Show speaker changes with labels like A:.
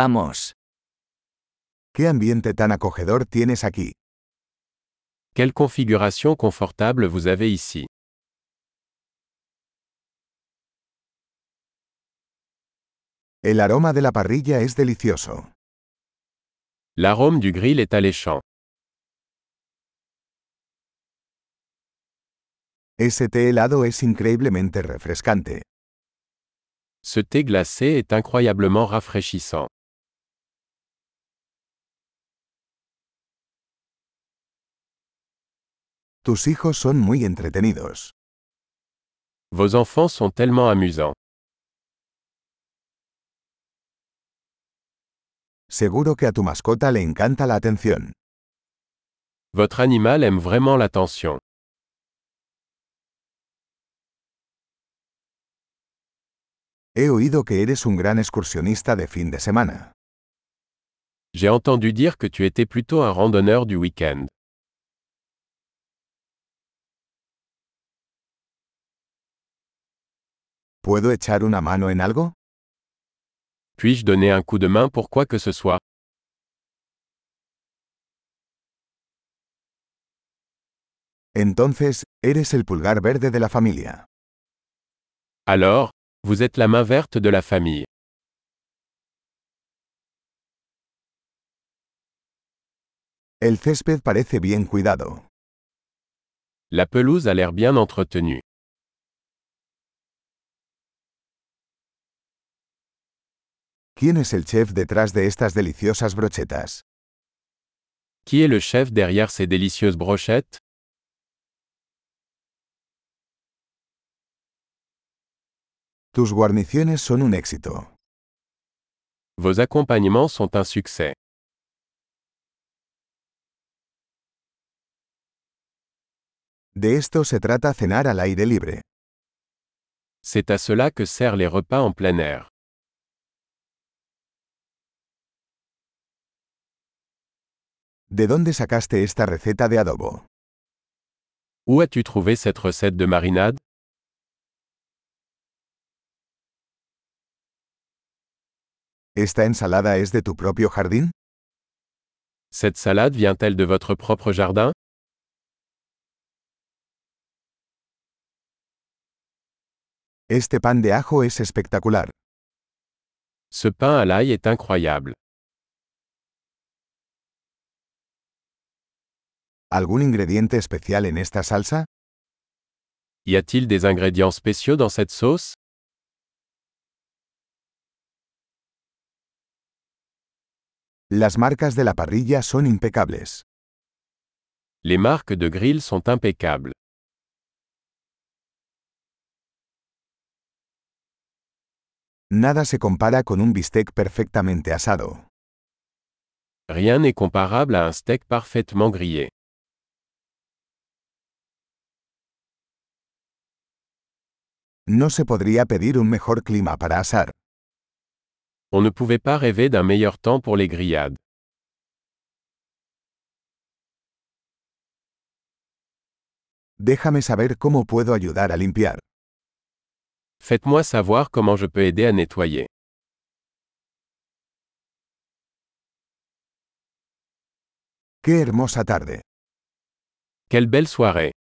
A: Vamos.
B: ¿Qué ambiente tan acogedor tienes aquí?
C: Quelle configuration confortable vous avez ici.
B: El aroma de la parrilla es delicioso.
C: L'arôme du grill est alléchant.
B: Ese té helado es increíblemente refrescante.
C: Ce thé glacé est incroyablement rafraîchissant.
B: Tus hijos son muy entretenidos.
C: Vos enfants sont tellement amusants.
B: Seguro que a tu mascota le encanta la atención.
C: Votre animal aime vraiment l'attention.
B: He oído que eres un gran excursionista de fin de semana.
C: J'ai entendu dire que tu étais plutôt un randonneur du week-end.
B: ¿Puedo echar una mano en algo?
C: Puis-je donner un coup de main pour quoi que ce soit
B: Entonces, eres el pulgar verde de la familia.
C: Alors, vous êtes la main verte de la famille.
B: El césped parece bien cuidado.
C: La pelouse a l'air bien entretenue.
B: ¿Quién es el chef detrás de estas deliciosas brochetas?
C: Qui est le chef derrière ces délicieuses brochettes
B: Tus guarniciones son un éxito.
C: Vos accompagnements sont un succès.
B: De esto se trata cenar al aire libre.
C: C'est à cela que servent les repas en plein air.
B: ¿De dónde sacaste esta receta de adobo?
C: Où as-tu trouvé cette recette de marinade
B: ¿Esta ensalada es de tu propio jardín?
C: Cette salade vient-elle de votre propre jardin
B: Este pan de ajo es espectacular.
C: Ce pain à l'ail est incroyable.
B: ¿Algún ingrediente especial en esta salsa?
C: Y a-t-il des ingrédients spéciaux dans cette sauce
B: Las marcas de la parrilla son impecables.
C: Les marques de grill sont impeccables.
B: Nada se compara con un bistec perfectamente asado.
C: Rien n'est comparable à un steak parfaitement grillé.
B: No se podría pedir un mejor clima para asar.
C: On ne pouvait pas rêver d'un meilleur temps pour les grillades.
B: Déjame saber cómo puedo ayudar a limpiar.
C: Faites-moi savoir comment je peux aider à nettoyer.
B: ¡Qué hermosa tarde!
C: Quelle belle soirée